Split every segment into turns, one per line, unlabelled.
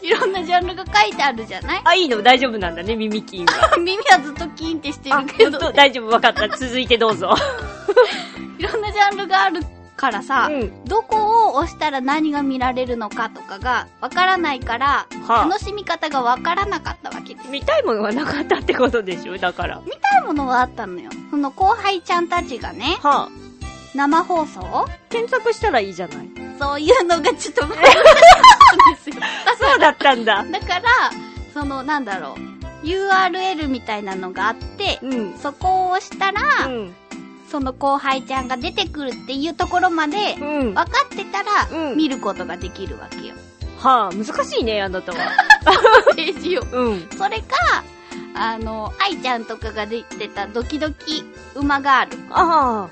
いろんなジャンルが書いてあるじゃない
あ、いいの大丈夫なんだね、耳キーンが。
耳はずっとキーンってして
あ
るけど、
ずっと大丈夫、わかった。続いてどうぞ。
いろんなジャンルがあるからさ、
うん。
どこを押したら何が見られるのかとかがわからないから、
はあ。
楽しみ方がわからなかったわけです。見
見たいものはなかったってことでしょだから。は
たいものはあったのよ。その後輩ちゃんたちがね、
あ。
生放送
検索したらいいじゃない。
そういうのがちょ っと難しいんですよ。
そうだったんだ。
だから、そのなんだろう、URL みたいなのがあって、
うん。うん。
そこを押したら、その後輩ちゃんが出てくるっていうところまで、
うん。
分かってたら、
うん
見ることができるわけよ。
はあ、難しいね、あなたは。
ページを。
うん。
それか、あの、愛ちゃんとかが出てたドキドキ馬ガール
あ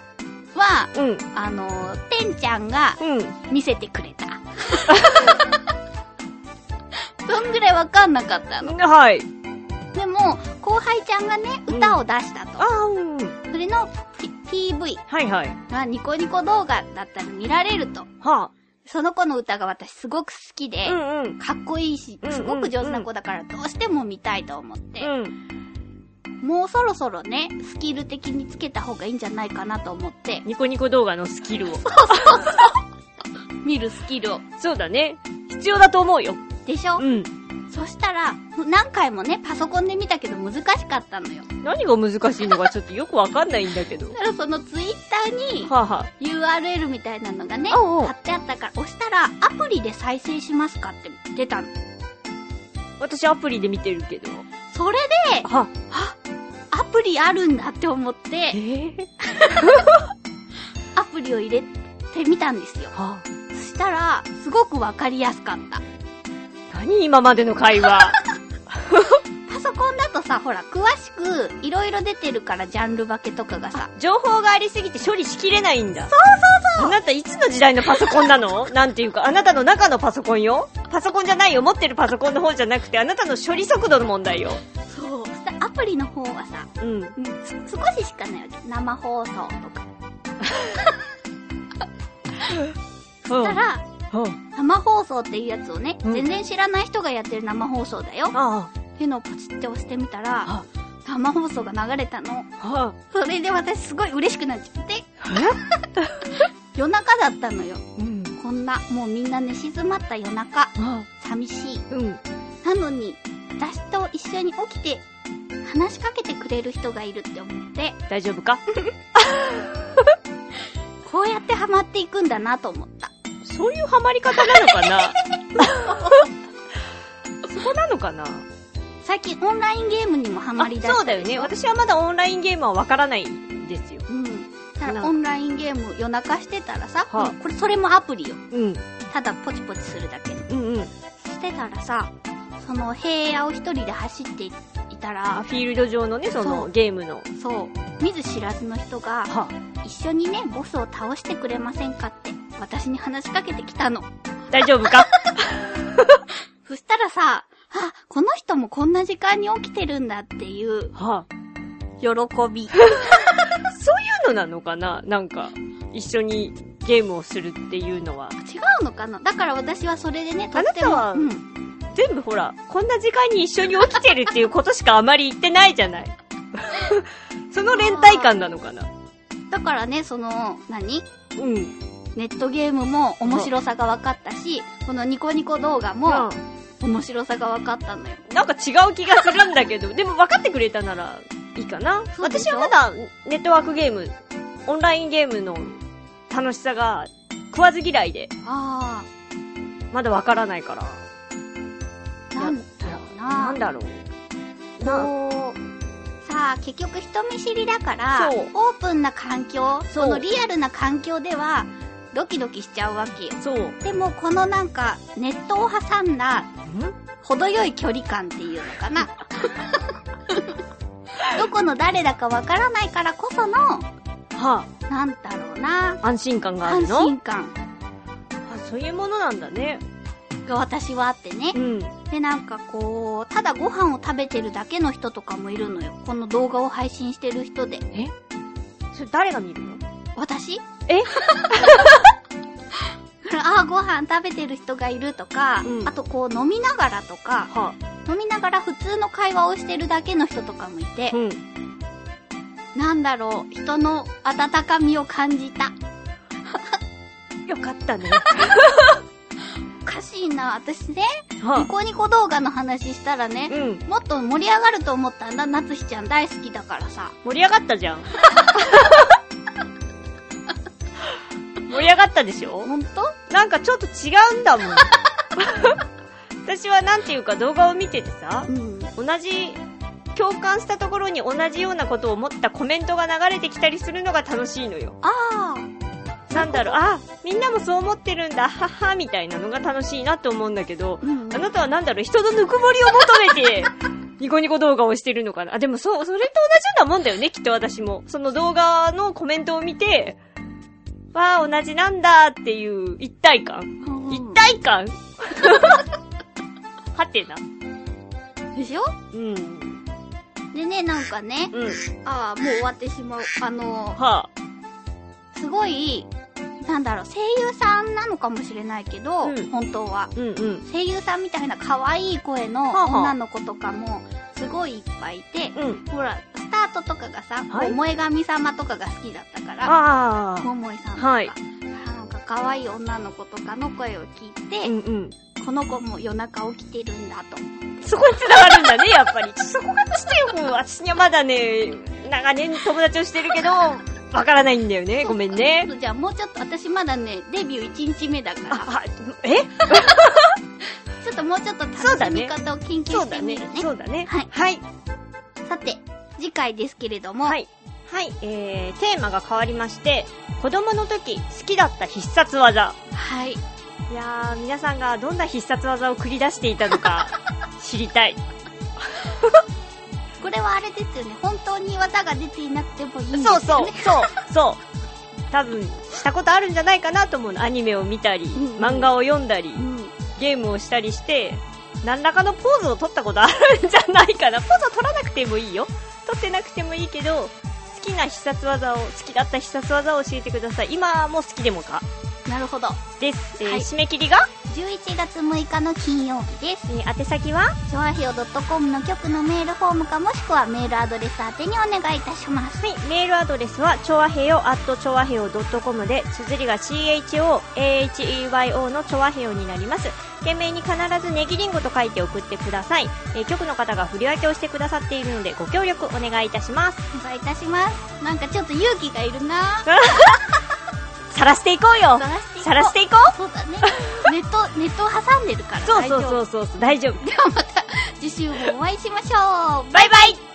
は、
あ、うん、
あの、てんちゃんが
うん。
見せてく れた。そんぐらいわかんなかったの。
はい。
でも、後輩ちゃんがね、
うん
歌を出したと。
あうん。
それの P- PV
はいはい。
がニコニコ動画だったら見られると。
は
その子の歌が私すごく好きで、
あ。んうん。
かっこいいし、すごく上手な子だからどうしても見たいと思って。
うん。
もうそろそろね、スキル的につけた方がいいんじゃないかなと思って、
ニコニコ動画のスキルを。
見るスキルを。
そうだね。必要だと思うよ。
でしょ、
うん。
そしたら、何回もね、パソコンで見たけど難しかったのよ。
何が難しいのかちょっとよくわかんないんだけど
だ。からそのツイッターに
はあ、は
URL みたいなのがね、
あ、おうおう
貼ってあったから、押したらアプリで再生しますかって出たの。
私アプリで見てるけど。
それで
は
アプリあるんだって思っ
え
て、
ー、
アプリを入れてみたんですよ。
はあ。
そしたら、すごくわかりやすかった。
何今までの会 話。
パソコンだとさ、ほら、詳しく、いろいろ出てるから、ジャンル分けとかがさ、
情報がありすぎて処理しきれないんだ。そうそうそう。あなたいつの時代のパソコンなのなんていうか、あなたの中のパソコンよ。パソコンじゃないよ。持ってるパソコンの方じゃなくて、あなたの処理速度の問題よ。
そう。そしたらアプリの方はさ、
うん。
うんす少ししかないわけ。生放送とか。
うん。
たら、
うん。
生放送っていうやつをね、
うん
全然知らない人がやってる生放送だよ。っ
あ
ていうのをポチって押してみたら
あ、
生放送が流れたの。
あ。は
それで私すごい嬉しくなっちゃって、
あ。
夜中だったのよ。
えうん。
こんな、もうみんな寝静まった夜中、
あ
寂しい。
あ。うん。
なのに、私と一緒に起きて、話しかけてくれる人がいるって思って、
大丈夫か
こうやってハマっていくんだなと思った。
そういうハマり方なのか なそこなのかな
最近オンラインゲームにもハマりだした
そうだよね。私はまだオンラインゲームはわからないんですよ。
うん。た
なん
だ
か
オンラインゲーム夜中してたらさ、
はあ
これそれもアプリよ。
うん。
ただポチポチするだけ。
うんうん。
してたらさ、その平野を一人で走っていた
あ、
ら、
フィールド上のね、そ
そ
の
う
ゲームの。
そう、見ず知らずの人が、
は
一緒にね、ボスを倒してくれませんかって、私に話しかけてきたの。
あ。大丈夫か
そしたらさ、あ、この人もこんな時間に起きてるんだっていう、
は
喜び。
あ、そういうのなのかななんか、一緒にゲームをするっていうのは。
違うのかなだから私はそれでね、と
あ
っ
な
ても。
たは
うん。
全部ほら、こんな時間に一緒に起きてるっていうことしかあまり言ってないじゃ ない。その連帯感なのかな
だからね、その、何
うん。うん。
ネットゲームも面白さが分かったし、このニコニコ動画も面白さが分かったのよ。
なんか違う気がするんだけど、で も分かってくれたならいいかな。
そうでし
私
ょ
はまだネットワークゲーム、オンラインゲームの楽しさが食わず嫌いで、
あ
まだ分からないから。
あ、なんだろう
な。
なん
だろう。な
こう、さあ、結局人見知りだから、
そう
オープンな環境、
そう
そのリアルな環境では、ドキドキしちゃうわけよ。
そう。
でも、このなんか、ネットを挟んだ、程よい距離感っていうのか な。どこの誰だかわからないからこその、
は
なんだろうな、
あ、安心感がある
安
の
心感
あそういうものなんだね。
が私はあってね
う。ん。
で、なんかこう、ただご飯を食べてるだけの人とかもいるのよ。この動画を配信してる人で。
それ誰が見るの
私
え
あーご飯食べてる人がいるとか、
うん
あとこう飲みながらとか、
は
飲みながら普通の会話をしてるだけの人とかもいて
あ、う、ん。
なんだろう、人の温かみを感じた。
よかったね。
おかしいな、私ね、ニ
は
コニコ動画の話したら
あ、
ね、
うん。
もっと盛り上がると思ったんだ、なつひちゃん大好きだからさ。
盛り上がったじゃん。盛り上がったでしょ
ほんと
なんかちょっと違うんだもん。私はなんていうか動画を見ててさ
う、ん。
同じ、共感したところに同じようなことを思ったコメントが流れてきたりするのが楽しいのよ。
あー、
なんだろう、あ、みんなもそう思ってるんだ、はっは、みたいなのが楽しいなと思うんだけど、
うん
あなたはなんだろう、人のぬくもりを求め て、ニコニコ動画をしてるのかな。あ、でもそう、それと同じようなもんだよね、きっと私も。その動画のコメントを見て、わあ、同じなんだっていう一体感。
うん
一体感 はてな。
でしょ
うん。
でね、なんかね、
うん。
あー、もう終わってしまう。あのー、
はあ。
すごい、なんだろう、声優さんなのかもしれないけど、
うん
本当は。
うんうん。
声優さんみたいな可愛い声の
はあはあ
女の子とかも、すごいいっぱいいて、
うん。
ほら、スタートとかがさ、
はい
こう萌え神様とかが好きだったから、
ああ。
桃井さんとか、
はい
なんか可愛い女の子とかの声を聞いて、
うんうん。
この子も夜中起きてるんだと。
そこに繋がるんだね、やっぱり。そこがちょっとよく、私にはまだね、長年友達をしてる けど、わからないんだよね。ごめんね。
じゃあもうちょっと、私まだね、デビュー1日目だから、
あ、あえ
ちょっともうちょっと
そ
楽
うだ
しみ
ね
方を研究
そう
して
だ
み
ね
るね。。
そうだね。
はい
はい。
さて、次回ですけれども、
はい。はい。えー、テーマが変わりまして、子供の時好きだった必殺技。
はい。
いやー、皆さんがどんな必殺技を繰り出していたの か、知りたい。
これはあれですよね。本当に技が出ていなくてもいいんです
そ
よ、
う
ね。
そう、そう、そう。多分、したことあるんじゃないかなと思うの。アニメを見たり、
んうん
漫画を読んだり、
うん。
ゲームをしたりして、何らかのポーズを取ったことあるんじゃないかな。ポーズを取らなくてもいいよ。取ってなくてもいいけど、好きな必殺技を、好きだった必殺技を教えてください。今も好きでもか。
なるほど。
です。えー
はい
締め切りが、
11月6日の金曜日です。
えー宛先は
ちょわひょう .com の局のメールフォームかもしくはメールアドレス宛てにお願いいたします。
はい、メールアドレスは、ちょわへよ、アットちょわへよ .com で、綴りが CHOAHEYO のちょわへよになります。件名に必ずネギリンゴと書いて送ってください。えー、局の方が振り分けをしてくださっているので、ご協力お願いいたします。
お願いいたします。なんかちょっと勇気がいるなぁ。
さらしていこうよさらし
い
ていこう
こう。そうだね。ネット、ネットを挟んでるから
そう
大丈夫。
そうそうそう、大丈夫。
次週もお会いしましょう。
バイバイ